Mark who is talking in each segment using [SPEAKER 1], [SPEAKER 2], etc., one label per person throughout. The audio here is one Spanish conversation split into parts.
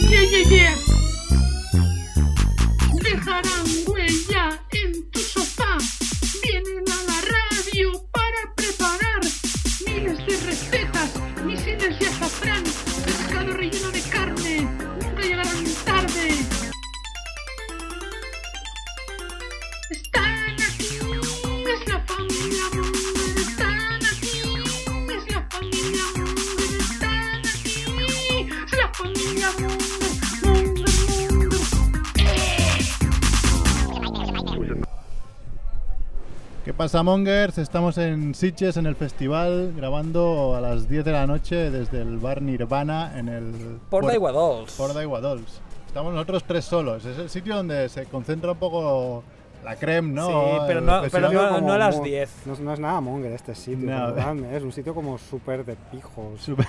[SPEAKER 1] reyes dejarán huella en tu sofá. Vienen a la radio para preparar miles de recetas, misiles de azafrán, pescado relleno de carne. Nunca llegarán tarde. Están aquí, es la familia Munger. Están aquí, es la familia Munger. Están aquí, es la familia Munger. Munger, Munger.
[SPEAKER 2] ¿Qué pasa, Mongers? Estamos en Sitges, en el festival, grabando a las 10 de la noche desde el bar Nirvana en el.
[SPEAKER 3] Por
[SPEAKER 2] puer-
[SPEAKER 3] Guadols.
[SPEAKER 2] Porta y Guadols. Estamos nosotros tres solos. Es el sitio donde se concentra un poco la creme, ¿no?
[SPEAKER 3] Sí, pero
[SPEAKER 2] El
[SPEAKER 3] no-
[SPEAKER 2] festival.
[SPEAKER 3] pero
[SPEAKER 4] sitio
[SPEAKER 3] no-
[SPEAKER 4] como
[SPEAKER 3] no a las
[SPEAKER 4] mo-
[SPEAKER 3] 10.
[SPEAKER 4] No, no es nada monger este sitio.
[SPEAKER 2] No.
[SPEAKER 4] como van, es un sitio como súper de pijos.
[SPEAKER 2] Super-
[SPEAKER 4] O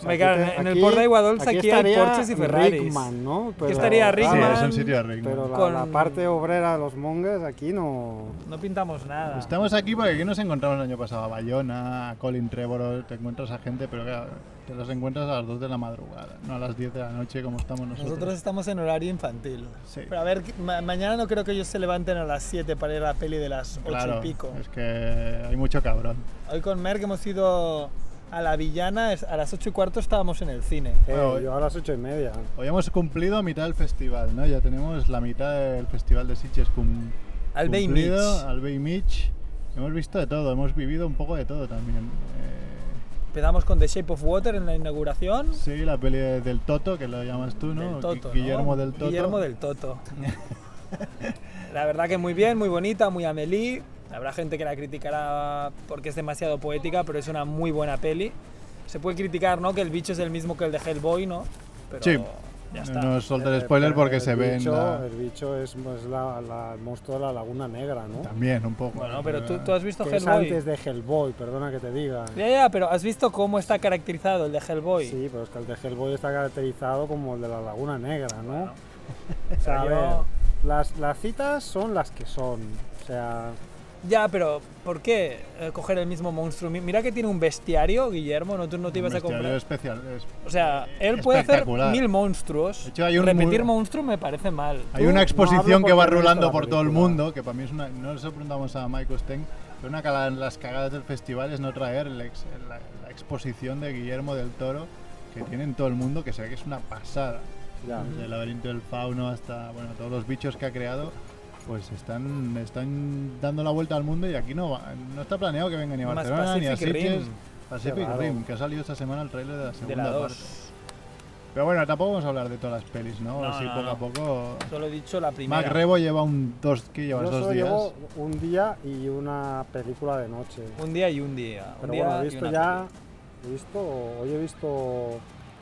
[SPEAKER 4] sea,
[SPEAKER 3] Hombre,
[SPEAKER 4] aquí
[SPEAKER 3] claro,
[SPEAKER 4] te-
[SPEAKER 3] en el
[SPEAKER 4] aquí-
[SPEAKER 3] Porta Guadols aquí, hay
[SPEAKER 4] estaría
[SPEAKER 3] Porsches y Ferraris.
[SPEAKER 4] Rickman, ¿no? Pero-
[SPEAKER 3] estaría
[SPEAKER 2] Sí,
[SPEAKER 3] Rickman.
[SPEAKER 2] es un sitio rico.
[SPEAKER 4] Pero la,
[SPEAKER 3] con-
[SPEAKER 4] la parte obrera de los mongers aquí no.
[SPEAKER 3] No pintamos nada.
[SPEAKER 5] Pues
[SPEAKER 2] Estamos aquí porque aquí nos encontramos el año pasado a Bayona, a Colin Trevorrow, te encuentras a gente, pero claro, te los encuentras a las 2 de la madrugada, no a las 10 de la noche como estamos nosotros.
[SPEAKER 5] Nosotros estamos en horario infantil.
[SPEAKER 2] Sí.
[SPEAKER 5] Pero a ver, ma- mañana no creo que ellos se levanten a las 7 para ir a la peli de las 8
[SPEAKER 2] claro,
[SPEAKER 5] y pico.
[SPEAKER 2] es que hay mucho cabrón.
[SPEAKER 5] Hoy con Merck hemos ido a la villana, es- a las 8 y cuarto estábamos en el cine.
[SPEAKER 4] Eh,
[SPEAKER 2] Bueno,
[SPEAKER 4] yo a las ocho y media.
[SPEAKER 2] Hoy hemos cumplido mitad del festival, ¿no? Ya tenemos la mitad del festival de Sitges cum-
[SPEAKER 3] Al Bay
[SPEAKER 2] cumplido,
[SPEAKER 3] Mitch.
[SPEAKER 2] Al Bay Mitch. Hemos visto de todo, hemos vivido un poco de todo también. Eh,
[SPEAKER 3] Empezamos con The Shape of Water en la inauguración.
[SPEAKER 2] sí, la peli de- del Toto, que lo llamas tú, ¿no?
[SPEAKER 3] del
[SPEAKER 2] Gui-
[SPEAKER 3] Toto, ¿no?
[SPEAKER 2] Guillermo del Toto.
[SPEAKER 3] Guillermo del Toto. la verdad que muy bien, muy bonita, muy Amelie. Habrá gente que la criticará porque es demasiado poética, pero es una muy buena peli. Se puede criticar, ¿no? Que el bicho es el mismo que el de Hellboy, ¿no? Pero
[SPEAKER 2] Sí.
[SPEAKER 3] ya
[SPEAKER 2] No,
[SPEAKER 3] está.
[SPEAKER 2] no suelta el
[SPEAKER 4] Eh,
[SPEAKER 2] spoiler
[SPEAKER 4] pero
[SPEAKER 2] porque
[SPEAKER 4] el
[SPEAKER 2] se ve en
[SPEAKER 4] bicho-
[SPEAKER 2] la-
[SPEAKER 4] El bicho es, es la, la- el monstruo de la Laguna Negra, ¿no?
[SPEAKER 2] También, un poco.
[SPEAKER 3] Bueno, pero tú, tú has visto
[SPEAKER 4] Ah, Que es
[SPEAKER 3] Hellboy.
[SPEAKER 4] antes de Hellboy, perdona que te diga.
[SPEAKER 3] Ya, ya, pero has visto cómo está caracterizado el de Hellboy.
[SPEAKER 4] Sí, pero es que el de Hellboy está caracterizado como el de la Laguna Negra, ¿no?
[SPEAKER 3] Bueno.
[SPEAKER 4] O sea, a
[SPEAKER 3] Pero yo-
[SPEAKER 4] ver, las, las citas son las que son. O sea,
[SPEAKER 3] Ya, pero ¿por qué eh, coger el mismo monstruo? Mi- Mira que tiene un bestiario, Guillermo, no tú no te ibas a
[SPEAKER 2] Bestiario
[SPEAKER 3] comprar.
[SPEAKER 2] especial. este es-
[SPEAKER 3] O sea,
[SPEAKER 2] eh,
[SPEAKER 3] él puede hacer
[SPEAKER 2] espectacular.
[SPEAKER 3] mil monstruos.
[SPEAKER 2] De hecho, hay un
[SPEAKER 3] Repetir
[SPEAKER 2] mu-
[SPEAKER 3] monstruo me parece mal.
[SPEAKER 2] Hay
[SPEAKER 4] Tú
[SPEAKER 2] una
[SPEAKER 4] no
[SPEAKER 2] exposición
[SPEAKER 4] hablo
[SPEAKER 2] que va
[SPEAKER 4] porque no he visto
[SPEAKER 2] rulando
[SPEAKER 4] la
[SPEAKER 2] por todo el
[SPEAKER 4] película.
[SPEAKER 2] mundo, que para mí es una... No se lo preguntamos a Michael Steng, pero una de las cagadas del festival es no traer el ex- la, la exposición de Guillermo del Toro que tiene en todo el mundo, que se ve que es una pasada.
[SPEAKER 4] ya.
[SPEAKER 2] Desde el laberinto del fauno hasta bueno, todos los bichos que ha creado, pues están, están dando la vuelta al mundo y aquí no, va- no está planeado que venga ni a
[SPEAKER 3] Más
[SPEAKER 2] Barcelona ni a
[SPEAKER 3] Pacific
[SPEAKER 2] Sitges.
[SPEAKER 3] Rim.
[SPEAKER 2] Pacific
[SPEAKER 4] Qué raro.
[SPEAKER 2] Rim, que ha salido esta semana el trailer de la
[SPEAKER 3] De
[SPEAKER 2] segunda
[SPEAKER 3] la
[SPEAKER 2] parte.
[SPEAKER 3] 2.
[SPEAKER 2] Pero bueno, tampoco vamos a hablar de todas las pelis, ¿no?
[SPEAKER 3] No,
[SPEAKER 2] Así
[SPEAKER 3] no,
[SPEAKER 2] poco
[SPEAKER 3] no.
[SPEAKER 2] a poco.
[SPEAKER 3] Solo he dicho la primera.
[SPEAKER 2] Mac Rebo lleva un dos que
[SPEAKER 4] Yo
[SPEAKER 2] llevas dos
[SPEAKER 4] solo
[SPEAKER 2] días.
[SPEAKER 4] llevo un día y una película de noche.
[SPEAKER 3] Un día y un día. un
[SPEAKER 4] Pero
[SPEAKER 3] día
[SPEAKER 4] bueno, he
[SPEAKER 3] y
[SPEAKER 4] visto
[SPEAKER 3] una
[SPEAKER 4] ya,
[SPEAKER 3] peli.
[SPEAKER 4] he visto, hoy he visto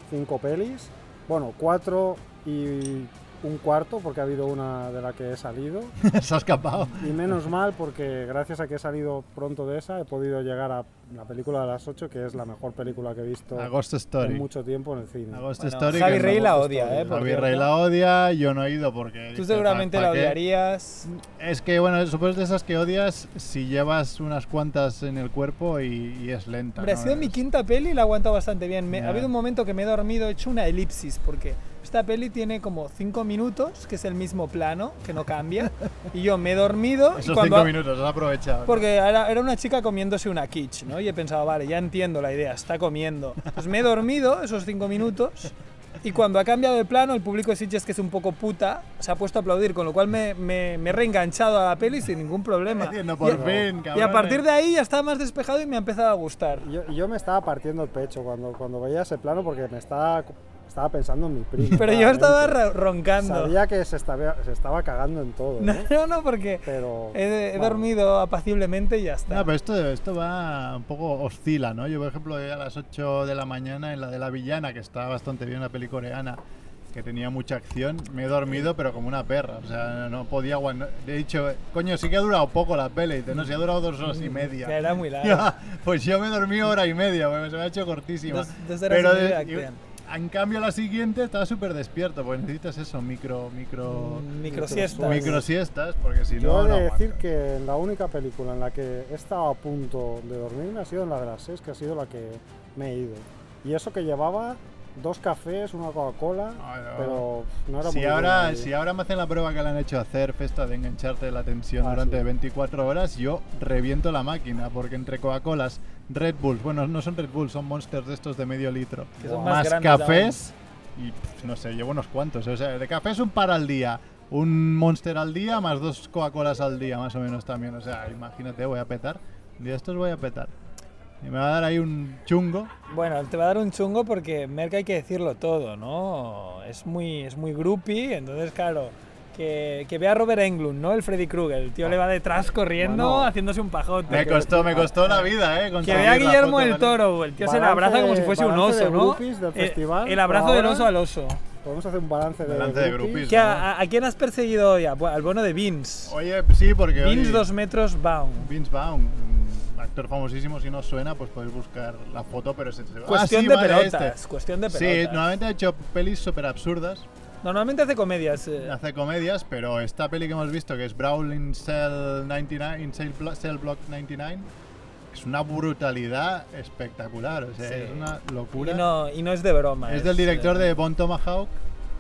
[SPEAKER 4] cinco pelis, bueno, cuatro y un cuarto porque ha habido una de la que he salido
[SPEAKER 2] Se ha escapado.
[SPEAKER 4] y menos mal porque gracias a que he salido pronto de esa he podido llegar a la película de las ocho que es la mejor película que he visto
[SPEAKER 2] A Ghost
[SPEAKER 4] en
[SPEAKER 2] Story.
[SPEAKER 4] mucho tiempo en el cine.
[SPEAKER 2] A Ghost
[SPEAKER 3] Bueno,
[SPEAKER 2] Story.
[SPEAKER 3] Javi
[SPEAKER 2] que
[SPEAKER 3] Rey
[SPEAKER 2] no-
[SPEAKER 3] la
[SPEAKER 4] Ghost
[SPEAKER 3] odia,
[SPEAKER 4] Story.
[SPEAKER 3] ¿eh? por
[SPEAKER 2] Javi
[SPEAKER 3] cierto.
[SPEAKER 2] Rey la odia, yo no he ido porque.
[SPEAKER 3] Tú
[SPEAKER 2] dice,
[SPEAKER 3] seguramente
[SPEAKER 2] "Pa-
[SPEAKER 3] la
[SPEAKER 2] pa' qué".
[SPEAKER 3] odiarías.
[SPEAKER 2] Es que, bueno, supongo es de esas que odias si llevas unas cuantas en el cuerpo y, y es lenta.
[SPEAKER 3] Hombre, ha
[SPEAKER 2] ¿no?
[SPEAKER 3] sido
[SPEAKER 2] Es-
[SPEAKER 3] mi quinta peli y la he aguantado bastante bien. Me-
[SPEAKER 2] Ya.
[SPEAKER 3] Ha habido un momento que me he dormido, he hecho una elipsis, porque esta peli tiene como 5 minutos, que es el mismo plano, que no cambia, y yo me he dormido. y
[SPEAKER 2] Esos
[SPEAKER 3] cuando,
[SPEAKER 2] cinco minutos, has aprovechado.
[SPEAKER 3] Porque era, era una chica comiéndose una quiche, ¿no? Y he pensado, vale, ya entiendo la idea, está comiendo. Pues me he dormido esos 5 minutos. Y cuando ha cambiado de plano, el público de Sitges, que es un poco puta, se ha puesto a aplaudir, con lo cual me, me- me he reenganchado a la peli sin ningún problema.
[SPEAKER 2] Diciendo, por
[SPEAKER 3] y, a-
[SPEAKER 2] fin,
[SPEAKER 3] y a
[SPEAKER 2] cabrones.
[SPEAKER 3] partir de ahí ya estaba más despejado y me ha empezado a gustar.
[SPEAKER 4] Yo, yo me estaba partiendo el pecho cuando, cuando veía ese plano porque me estaba, estaba pensando en mi primo.
[SPEAKER 3] Pero yo estaba
[SPEAKER 4] realmente.
[SPEAKER 3] ro- roncando.
[SPEAKER 4] Sabía que se estaba, se estaba cagando en todo,
[SPEAKER 3] No,
[SPEAKER 4] ¿no?
[SPEAKER 3] no, no, porque
[SPEAKER 4] Pero.
[SPEAKER 3] he, he
[SPEAKER 4] bueno,
[SPEAKER 3] dormido apaciblemente y ya está.
[SPEAKER 2] No, pero esto, esto va un poco oscila, ¿no? Yo, por ejemplo, a las 8 de la mañana en la de La Villana, que está bastante bien, una peli coreana que tenía mucha acción, me he dormido pero como una perra, o sea, no podía aguantar. He dicho, coño, sí que ha durado poco la peli, dice, no, si ha durado dos horas y media.
[SPEAKER 3] Ya era muy largo.
[SPEAKER 2] Ya, pues yo me dormí hora y media, porque se me ha hecho cortísima.
[SPEAKER 3] Dos- dos horas y media de acción.
[SPEAKER 2] en cambio la siguiente estaba súper despierto, porque necesitas eso, micro, micro,
[SPEAKER 3] Mm, Microsiestas.
[SPEAKER 2] micro siestas, porque si
[SPEAKER 4] Yo
[SPEAKER 2] no,
[SPEAKER 4] he
[SPEAKER 2] no
[SPEAKER 4] de decir
[SPEAKER 2] aguantas.
[SPEAKER 4] que la única película en la que he estado a punto de dormirme ha sido en la de las seis, que ha sido la que me he ido. Y eso que llevaba dos cafés, una Coca-Cola,
[SPEAKER 2] No, no.
[SPEAKER 4] pero pff, no era
[SPEAKER 2] Si
[SPEAKER 4] muy
[SPEAKER 2] ahora,
[SPEAKER 4] buena.
[SPEAKER 2] si
[SPEAKER 3] eh.
[SPEAKER 2] ahora me hacen la prueba que le han hecho hacer, Festa, de engancharte la tensión
[SPEAKER 4] Ah,
[SPEAKER 2] durante
[SPEAKER 4] sí.
[SPEAKER 2] 24 horas, yo reviento la máquina, porque entre Coca-Colas, Red Bulls, bueno, no son Red Bulls, son monsters de estos de medio litro,
[SPEAKER 3] Que son
[SPEAKER 4] Buah.
[SPEAKER 3] más
[SPEAKER 2] más,
[SPEAKER 3] grandes
[SPEAKER 2] cafés, y pff, no sé, llevo unos cuantos. O sea, de café es un par al día, un monster al día, más dos Coca-Colas al día, más o menos también. O sea, imagínate, voy a petar. Un día de estos voy a petar. Y me va a dar ahí un chungo.
[SPEAKER 3] Bueno, te va a dar un chungo porque Merck hay que decirlo todo, ¿no? Es muy, es muy groupie, entonces claro, que, que vea a Robert Englund, ¿no? El Freddy Krueger, el tío le va detrás corriendo,
[SPEAKER 4] Bueno.
[SPEAKER 3] haciéndose un pajote.
[SPEAKER 2] Me costó, me costó la vida, eh.
[SPEAKER 3] Que
[SPEAKER 2] conseguir
[SPEAKER 3] vea a
[SPEAKER 2] la
[SPEAKER 3] Guillermo
[SPEAKER 2] foto,
[SPEAKER 3] el
[SPEAKER 2] ¿vale?
[SPEAKER 3] Toro, el tío se le
[SPEAKER 4] Balance-
[SPEAKER 3] abraza como si fuese un
[SPEAKER 4] balance
[SPEAKER 3] oso,
[SPEAKER 4] de
[SPEAKER 3] ¿no?
[SPEAKER 4] groupies del
[SPEAKER 3] Eh,
[SPEAKER 4] festival,
[SPEAKER 3] el abrazo
[SPEAKER 4] por
[SPEAKER 3] del
[SPEAKER 4] ahora.
[SPEAKER 3] oso al oso.
[SPEAKER 4] Podemos hacer un balance de,
[SPEAKER 2] Balance de
[SPEAKER 4] groupies.
[SPEAKER 2] groupies.
[SPEAKER 3] ¿Qué- a, a quién has perseguido hoy? A- Al bueno de Vince.
[SPEAKER 2] Oye, Ah, sí, porque
[SPEAKER 3] Vince
[SPEAKER 2] hoy-
[SPEAKER 3] dos metros bound.
[SPEAKER 2] Vince Vaughn, un actor famosísimo, si no os suena, pues podéis buscar la foto, pero se, se-
[SPEAKER 3] Cuestión
[SPEAKER 2] Ah, sí,
[SPEAKER 3] de
[SPEAKER 2] vale,
[SPEAKER 3] pelotas,
[SPEAKER 2] este.
[SPEAKER 3] cuestión de
[SPEAKER 2] Sí,
[SPEAKER 3] pelotas.
[SPEAKER 2] normalmente ha hecho pelis súper absurdas,
[SPEAKER 3] Normalmente hace comedias. eh.
[SPEAKER 2] hace comedias, pero esta peli que hemos visto, que es Brawling Cell 99, in Cell, Blo- Cell Block 99, es una brutalidad espectacular, o sea,
[SPEAKER 3] Sí.
[SPEAKER 2] es una
[SPEAKER 3] y,
[SPEAKER 2] locura.
[SPEAKER 3] no, y no es de broma.
[SPEAKER 2] Es del director
[SPEAKER 3] eh,
[SPEAKER 2] de Bon Tomahawk,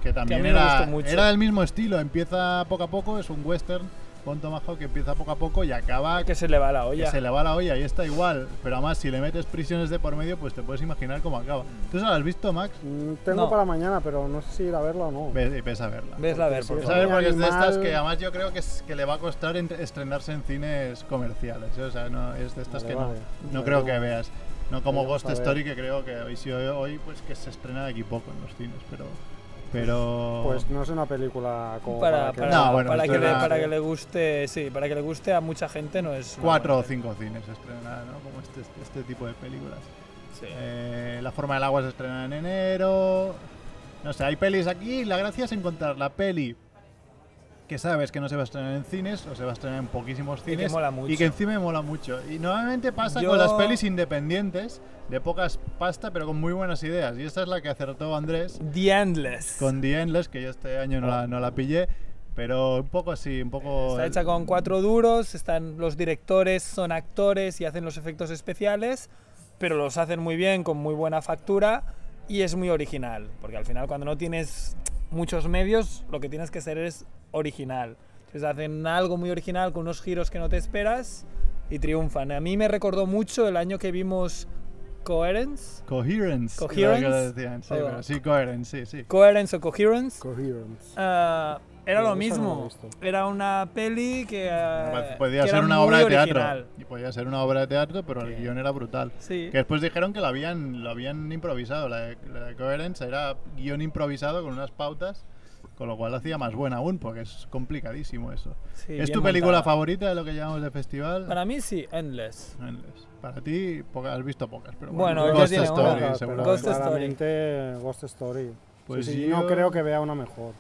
[SPEAKER 2] que también
[SPEAKER 3] me
[SPEAKER 2] era,
[SPEAKER 3] gustó mucho.
[SPEAKER 2] era del mismo estilo. Empieza poco a poco, es un western. Bon Tomahawk empieza poco a poco y acaba
[SPEAKER 3] Que se le va la
[SPEAKER 2] que
[SPEAKER 3] olla.
[SPEAKER 2] se le va la olla y está igual. Pero además, si le metes prisiones de por medio, pues te puedes imaginar cómo acaba. ¿Tú se la has visto, Max?
[SPEAKER 4] Mm, Tengo
[SPEAKER 3] No.
[SPEAKER 4] para mañana, pero no sé si ir a verla o no.
[SPEAKER 2] Ves, ves a verla.
[SPEAKER 3] Vesla a ver, por
[SPEAKER 4] Sí,
[SPEAKER 2] Ves a
[SPEAKER 3] favor.
[SPEAKER 2] ver, porque es de estas
[SPEAKER 4] Animal.
[SPEAKER 2] que además yo creo que, es- que le va a costar en- estrenarse en cines comerciales. ¿eh? O sea, no, es de estas
[SPEAKER 4] Vale,
[SPEAKER 2] que no-
[SPEAKER 4] vale.
[SPEAKER 2] no,
[SPEAKER 4] Vale,
[SPEAKER 2] creo
[SPEAKER 4] vale.
[SPEAKER 2] que veas. No como
[SPEAKER 4] Veremos
[SPEAKER 2] Ghost
[SPEAKER 4] a ver.
[SPEAKER 2] Story, que creo que hoy sí, hoy, hoy, pues que se estrena de aquí poco en los cines, pero... pero...
[SPEAKER 4] Pues no es una película como
[SPEAKER 3] Para,
[SPEAKER 4] para, que-
[SPEAKER 3] para-
[SPEAKER 2] No, bueno,
[SPEAKER 3] para
[SPEAKER 2] esto
[SPEAKER 3] que le,
[SPEAKER 2] era-
[SPEAKER 3] para que le guste, sí, para que le guste a mucha gente no es.
[SPEAKER 2] cuatro o
[SPEAKER 3] normalmente.
[SPEAKER 2] cinco cines se estrenará, ¿no? Como este, este tipo de películas.
[SPEAKER 3] Sí.
[SPEAKER 2] Eh, la forma del agua se estrena en enero. No sé, hay pelis aquí. La gracia es encontrar la peli que sabes que no se va a estrenar en cines o se va a estrenar en poquísimos
[SPEAKER 3] que
[SPEAKER 2] cines.
[SPEAKER 3] mola mucho.
[SPEAKER 2] y que encima mola mucho. Y normalmente pasa
[SPEAKER 3] Yo-
[SPEAKER 2] con las pelis independientes, de pocas pasta, pero con muy buenas ideas. Y esta es la que acertó Andrés
[SPEAKER 3] The Endless.
[SPEAKER 2] con The Endless, que yo este año no, la, no la pillé. Pero un poco así, un poco...
[SPEAKER 3] Está hecha con cuatro duros, están los directores, son actores y hacen los efectos especiales, pero los hacen muy bien, con muy buena factura y es muy original, porque al final cuando no tienes muchos medios, lo que tienes que ser es original. Entonces hacen algo muy original con unos giros que no te esperas y triunfan. A mí me recordó mucho el año que vimos Coherence,
[SPEAKER 2] Coherence. creo
[SPEAKER 3] Coherence.
[SPEAKER 2] que lo decían, Sí,
[SPEAKER 3] Oh. Eh,
[SPEAKER 2] pero sí, Coherence, sí, sí.
[SPEAKER 3] Coherence o Coherence.
[SPEAKER 4] Coherence.
[SPEAKER 3] Ah, era
[SPEAKER 4] No,
[SPEAKER 3] lo
[SPEAKER 4] esa no la he
[SPEAKER 3] mismo.
[SPEAKER 4] visto.
[SPEAKER 3] Era una peli que. ah,
[SPEAKER 2] Podía
[SPEAKER 3] que
[SPEAKER 2] ser
[SPEAKER 3] era
[SPEAKER 2] una
[SPEAKER 3] muy
[SPEAKER 2] obra de
[SPEAKER 3] original.
[SPEAKER 2] teatro. Y podía ser una obra de teatro, pero el
[SPEAKER 3] Sí.
[SPEAKER 2] guión era brutal.
[SPEAKER 3] Sí.
[SPEAKER 2] Que después dijeron que lo habían, lo habían improvisado. La de, la de Coherence era guión improvisado con unas pautas, con lo cual lo hacía más buena aún, porque es complicadísimo eso.
[SPEAKER 3] Sí,
[SPEAKER 2] ¿Es
[SPEAKER 3] bien
[SPEAKER 2] tu película
[SPEAKER 3] montada.
[SPEAKER 2] favorita de lo que llamamos de festival?
[SPEAKER 3] Para mí sí, Endless.
[SPEAKER 2] No, Andrés. Para ti, poca- has visto pocas, pero
[SPEAKER 3] Bueno,
[SPEAKER 2] bueno.
[SPEAKER 3] yo
[SPEAKER 2] Ghost
[SPEAKER 3] tiene una,
[SPEAKER 2] Story,
[SPEAKER 3] pero
[SPEAKER 2] seguramente.
[SPEAKER 3] Ghost Story.
[SPEAKER 4] claramente Ghost Story.
[SPEAKER 2] Pues
[SPEAKER 4] Pues sí,
[SPEAKER 2] yo-
[SPEAKER 4] no creo que vea una mejor.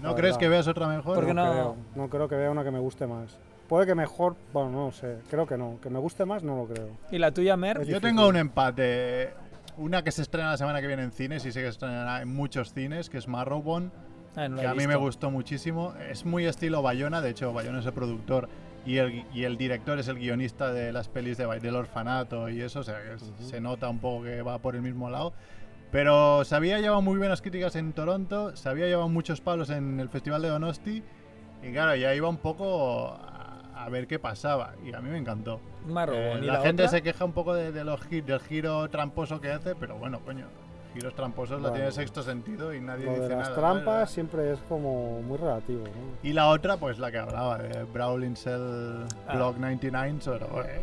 [SPEAKER 2] ¿No crees
[SPEAKER 4] verdad.
[SPEAKER 2] que veas otra mejor?
[SPEAKER 3] Porque no-
[SPEAKER 4] creo. No creo que vea una que me guste más. Puede que mejor, bueno, no sé. Creo que no. Que me guste más, no lo creo.
[SPEAKER 3] ¿Y la tuya, Mer?
[SPEAKER 4] Es
[SPEAKER 2] Yo
[SPEAKER 4] difícil.
[SPEAKER 2] tengo un empate. Una que se estrena la semana que viene en cines y sé que se estrenará en muchos cines, que es Marrowbone,
[SPEAKER 3] Ah, no la
[SPEAKER 2] que
[SPEAKER 3] he
[SPEAKER 2] a mí
[SPEAKER 3] visto.
[SPEAKER 2] me gustó muchísimo. Es muy estilo Bayona, de hecho Bayona es el productor y el, y el director es el guionista de las pelis de, Bay- del orfanato y eso, o sea, que es- se nota un poco que va por el mismo lado. Pero se había llevado muy buenas críticas en Toronto, se había llevado muchos palos en el Festival de Donosti y claro, ya iba un poco a, a ver qué pasaba y a mí me encantó.
[SPEAKER 3] Marrowbone.
[SPEAKER 2] Eh,
[SPEAKER 3] ¿Y
[SPEAKER 2] la, gente
[SPEAKER 3] otra?
[SPEAKER 2] se queja un poco de, de los gi- del giro tramposo que hace, pero bueno, coño, giros tramposos la
[SPEAKER 4] Bueno.
[SPEAKER 2] tiene sexto sentido y nadie
[SPEAKER 4] Lo
[SPEAKER 2] dice
[SPEAKER 4] de
[SPEAKER 2] nada,
[SPEAKER 4] las
[SPEAKER 2] ¿no?
[SPEAKER 4] trampas siempre es como muy relativo, ¿no?
[SPEAKER 2] Y la otra, pues la que hablaba de Brawling Cell
[SPEAKER 3] Ah.
[SPEAKER 2] Block 99, sobre, eh,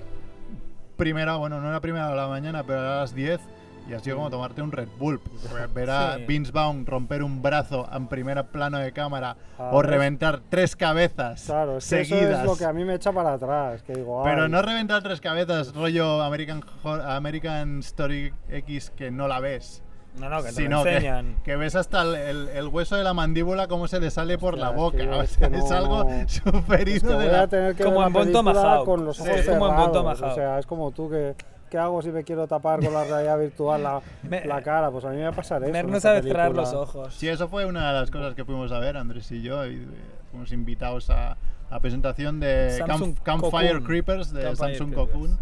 [SPEAKER 2] primera, bueno, no era primera de la mañana, pero era a las 10 y ha sido como tomarte un Red Bull. Pues Ver a
[SPEAKER 3] Mm. Sí.
[SPEAKER 2] Vince Vaughn romper un brazo en primer plano de cámara
[SPEAKER 4] Ah,
[SPEAKER 2] o
[SPEAKER 4] es-
[SPEAKER 2] reventar tres cabezas
[SPEAKER 4] Claro, es que
[SPEAKER 2] seguidas.
[SPEAKER 4] eso es lo que a mí me echa para atrás. Que digo,
[SPEAKER 2] Pero
[SPEAKER 4] "Ay,
[SPEAKER 2] no reventar tres cabezas, rollo American, Hor- American Story X que no la ves.
[SPEAKER 3] No, no, que te
[SPEAKER 2] Sino
[SPEAKER 3] lo
[SPEAKER 2] que,
[SPEAKER 3] enseñan.
[SPEAKER 2] que ves hasta el, el- el hueso de la mandíbula cómo se le sale por la
[SPEAKER 4] Hostia,
[SPEAKER 2] boca.
[SPEAKER 4] es que-
[SPEAKER 2] o sea,
[SPEAKER 4] es que
[SPEAKER 2] es
[SPEAKER 4] no-
[SPEAKER 2] algo
[SPEAKER 4] no. Es que
[SPEAKER 2] superido
[SPEAKER 4] voy
[SPEAKER 2] de
[SPEAKER 4] a
[SPEAKER 2] la...
[SPEAKER 4] tener que
[SPEAKER 3] Como
[SPEAKER 4] ver
[SPEAKER 3] en
[SPEAKER 4] la
[SPEAKER 3] Bon
[SPEAKER 4] película
[SPEAKER 3] Tomahawk.
[SPEAKER 4] con los
[SPEAKER 3] Sí,
[SPEAKER 4] ojos
[SPEAKER 3] como en Bon
[SPEAKER 4] cerrados,
[SPEAKER 3] Tomahawk.
[SPEAKER 4] O sea, es como tú que ¿qué hago si me quiero tapar con la realidad virtual la,
[SPEAKER 3] Me-
[SPEAKER 4] la cara? Pues a mí me va a pasar eso.
[SPEAKER 3] Mer
[SPEAKER 4] en
[SPEAKER 3] no
[SPEAKER 4] esta
[SPEAKER 3] sabe cerrar
[SPEAKER 4] película.
[SPEAKER 3] los ojos.
[SPEAKER 2] Sí, eso fue una de las cosas que fuimos a ver, Andrés y yo. y, eh, fuimos invitados a la presentación de
[SPEAKER 3] Samsung
[SPEAKER 2] Camp- Campfire
[SPEAKER 3] Cocoon.
[SPEAKER 2] Creepers de
[SPEAKER 3] Campfire
[SPEAKER 2] Samsung
[SPEAKER 3] Creepers.
[SPEAKER 2] Cocoon,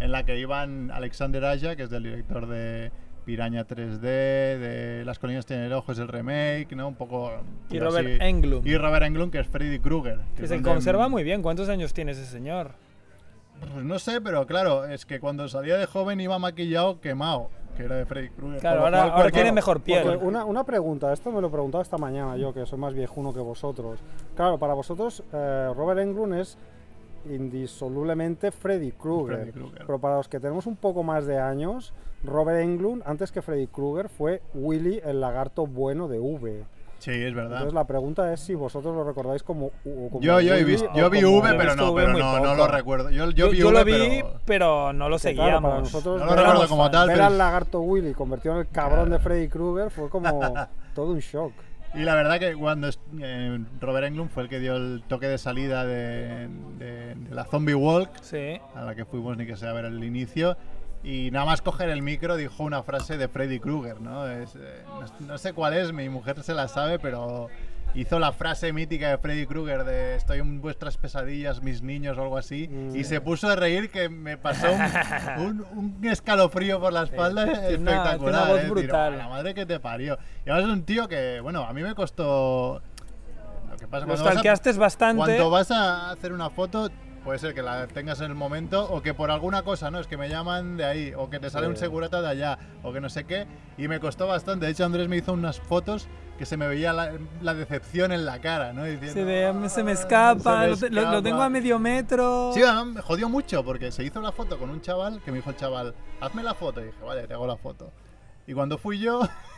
[SPEAKER 2] en la que iban Alexander Aja, que es del director de Piraña 3D, de Las colinas tienen el ojo, es el remake, ¿no? Un poco...
[SPEAKER 3] Y
[SPEAKER 2] yo
[SPEAKER 3] Robert
[SPEAKER 2] así-
[SPEAKER 3] Englund.
[SPEAKER 2] Y Robert Englund, que es Freddy Krueger.
[SPEAKER 3] Que
[SPEAKER 2] es
[SPEAKER 3] se
[SPEAKER 2] donde-
[SPEAKER 3] conserva muy bien. ¿Cuántos años tiene ese señor?
[SPEAKER 2] Pues no sé, pero claro, es que cuando salía de joven iba maquillado quemado, que era de Freddy Krueger.
[SPEAKER 3] Claro,
[SPEAKER 2] Con lo
[SPEAKER 3] ahora-
[SPEAKER 2] cual,
[SPEAKER 3] ahora
[SPEAKER 2] cualquier-
[SPEAKER 3] tiene mejor piel.
[SPEAKER 4] Porque una, una pregunta, esto me lo he preguntado esta mañana yo, que soy más viejuno que vosotros. Claro, para vosotros eh, Robert Englund es indisolublemente Freddy
[SPEAKER 2] Freddy
[SPEAKER 4] Krueger.
[SPEAKER 2] Krueger.
[SPEAKER 4] Pero para los que tenemos un poco más de años, Robert Englund, antes que Freddy Krueger, fue Willy el lagarto bueno de V.
[SPEAKER 2] Sí, es verdad.
[SPEAKER 4] Entonces la pregunta es si vosotros lo recordáis como, o como
[SPEAKER 2] Yo, yo, he
[SPEAKER 4] Willy
[SPEAKER 2] visto,
[SPEAKER 4] o
[SPEAKER 2] yo vi
[SPEAKER 4] como-
[SPEAKER 2] V,
[SPEAKER 3] Yo he
[SPEAKER 2] pero
[SPEAKER 3] visto
[SPEAKER 2] no,
[SPEAKER 3] V
[SPEAKER 2] pero
[SPEAKER 3] muy
[SPEAKER 2] no, no
[SPEAKER 3] poco.
[SPEAKER 2] lo recuerdo. Yo, yo vi V,
[SPEAKER 3] lo vi,
[SPEAKER 2] pero...
[SPEAKER 3] pero no lo
[SPEAKER 4] Que claro,
[SPEAKER 3] seguíamos.
[SPEAKER 4] para nosotros
[SPEAKER 2] No lo
[SPEAKER 4] ver-
[SPEAKER 3] éramos
[SPEAKER 2] recuerdo como
[SPEAKER 3] fans.
[SPEAKER 2] tal,
[SPEAKER 4] ver
[SPEAKER 2] pero...
[SPEAKER 4] al lagarto Willy convertido en el cabrón de Freddy Krueger fue como todo un shock.
[SPEAKER 2] Y la verdad que cuando es- eh, Robert Englund fue el que dio el toque de salida de, de- de la Zombie Walk,
[SPEAKER 3] Sí.
[SPEAKER 2] a la que fuimos ni que sea a ver el inicio, y nada más coger el micro dijo una frase de Freddy Krueger, ¿no? Es, eh, no- no sé cuál es, mi mujer se la sabe, pero hizo la frase mítica de Freddy Krueger de estoy en vuestras pesadillas, mis niños o algo así,
[SPEAKER 3] Mm.
[SPEAKER 2] y se puso a reír que me pasó un, un- un escalofrío por la espalda
[SPEAKER 3] tiene una-
[SPEAKER 2] espectacular.
[SPEAKER 3] tiene una voz
[SPEAKER 2] ¿eh? Digo,
[SPEAKER 3] brutal.
[SPEAKER 2] "A la madre que te parió. Y además es un tío que, bueno, a mí me costó... Lo que pasa
[SPEAKER 3] Lo
[SPEAKER 2] cuando vas a-
[SPEAKER 3] stalkeaste bastante.
[SPEAKER 2] cuando vas a hacer una foto, puede ser que la tengas en el momento o que por alguna cosa, ¿no? Es que me llaman de ahí o que te sale un segurata de allá o que no sé qué. Y me costó bastante. De hecho, Andrés me hizo unas fotos que se me veía la, la decepción en la cara, ¿no? Diciendo,
[SPEAKER 3] Se, ve- se me
[SPEAKER 2] "Ah,
[SPEAKER 3] escapa,
[SPEAKER 2] se me
[SPEAKER 3] lo te- lo, lo
[SPEAKER 2] escapa".
[SPEAKER 3] tengo a medio metro.
[SPEAKER 2] Sí, además me jodió mucho porque se hizo la foto con un chaval que me dijo el chaval, hazme la foto. Y dije, vale, te hago la foto. Y cuando fui yo,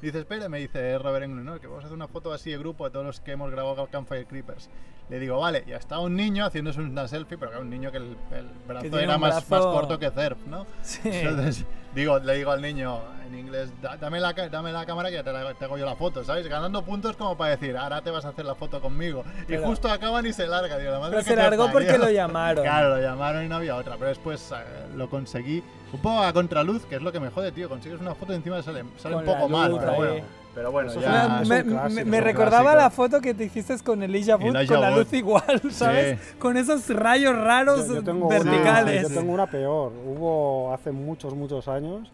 [SPEAKER 2] dice, espera, me dice "Eh, Robert Englund, ¿no? que vamos a hacer una foto así de grupo de todos los que hemos grabado Campfire Creepers. Le digo, vale, y hasta un niño haciéndose una selfie, pero que era un niño que el, el brazo
[SPEAKER 3] tiene
[SPEAKER 2] era
[SPEAKER 3] un
[SPEAKER 2] más,
[SPEAKER 3] brazo-
[SPEAKER 2] más corto que Cerf, ¿no?
[SPEAKER 3] Sí.
[SPEAKER 2] Entonces, digo, le digo al niño en inglés, "Da- dame la, ca- dame la cámara que ya te, la- te hago yo la foto, ¿sabes? Ganando puntos como para decir, ahora te vas a hacer la foto conmigo.
[SPEAKER 3] Pero-
[SPEAKER 2] y justo acaban y se larga, digo, la madre
[SPEAKER 3] Pero
[SPEAKER 2] que
[SPEAKER 3] se
[SPEAKER 2] te
[SPEAKER 3] largó
[SPEAKER 2] parió".
[SPEAKER 3] porque lo llamaron.
[SPEAKER 2] Claro, lo llamaron y no había otra, pero después eh, lo conseguí un poco a contraluz, que es lo que me jode, tío. Consigues una foto y encima sale, sale
[SPEAKER 3] Con
[SPEAKER 2] un
[SPEAKER 3] la
[SPEAKER 2] poco
[SPEAKER 3] luz
[SPEAKER 2] mal, pero
[SPEAKER 3] ahí.
[SPEAKER 2] bueno. Pero bueno,
[SPEAKER 4] Eso
[SPEAKER 2] ya.
[SPEAKER 4] es
[SPEAKER 3] me
[SPEAKER 4] un
[SPEAKER 3] me-
[SPEAKER 4] clásico,
[SPEAKER 3] me
[SPEAKER 4] es un
[SPEAKER 3] recordaba
[SPEAKER 2] clásico.
[SPEAKER 3] la foto que te hiciste con Elijah Wood
[SPEAKER 2] Elijah
[SPEAKER 3] con la
[SPEAKER 2] Wood.
[SPEAKER 3] luz igual, ¿sabes? Con esos rayos raros
[SPEAKER 4] Yo- yo tengo una-
[SPEAKER 3] verticales.
[SPEAKER 4] yo tengo una peor. Hubo hace muchos, muchos años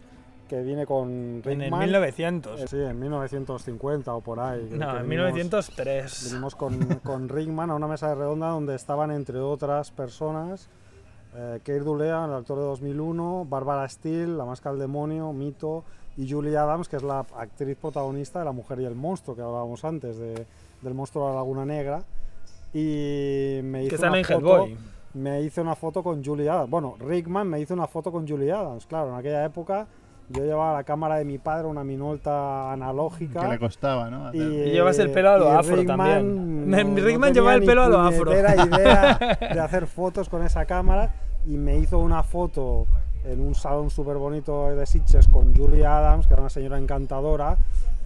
[SPEAKER 4] que viene con
[SPEAKER 3] En el
[SPEAKER 4] Rickman.
[SPEAKER 3] 1900.
[SPEAKER 4] Eh, Sí, en 1950 o por ahí. que-
[SPEAKER 3] No,
[SPEAKER 4] que
[SPEAKER 3] en
[SPEAKER 4] vinimos-
[SPEAKER 3] 1903.
[SPEAKER 4] Vinimos con, con Rickman a una mesa redonda donde estaban, entre otras personas, eh, Keir Dulea, el actor de 2001, Barbara Steele, la máscara del demonio, Mito, y Julie Adams, que es la actriz protagonista de La Mujer y el Monstruo, que hablábamos antes, de- del monstruo de la Laguna Negra. Y me hizo
[SPEAKER 3] Que sale
[SPEAKER 4] una
[SPEAKER 3] en
[SPEAKER 4] foto-
[SPEAKER 3] Hellboy.
[SPEAKER 4] me hice una foto con Julie Adams. Bueno, Rickman me hizo una foto con Julie Adams. Claro, en aquella época yo llevaba la cámara de mi padre, una minolta analógica.
[SPEAKER 2] Que le costaba, ¿no? Hacer-
[SPEAKER 3] Y llevas el pelo a lo
[SPEAKER 4] y
[SPEAKER 3] afro también. Rickman llevaba el
[SPEAKER 4] tenía
[SPEAKER 3] pelo a lo
[SPEAKER 4] ni
[SPEAKER 3] afro.
[SPEAKER 4] puñetera idea de hacer fotos con esa cámara y me hizo una foto en un salón súper bonito de Sitges con Julie Adams, que era una señora encantadora,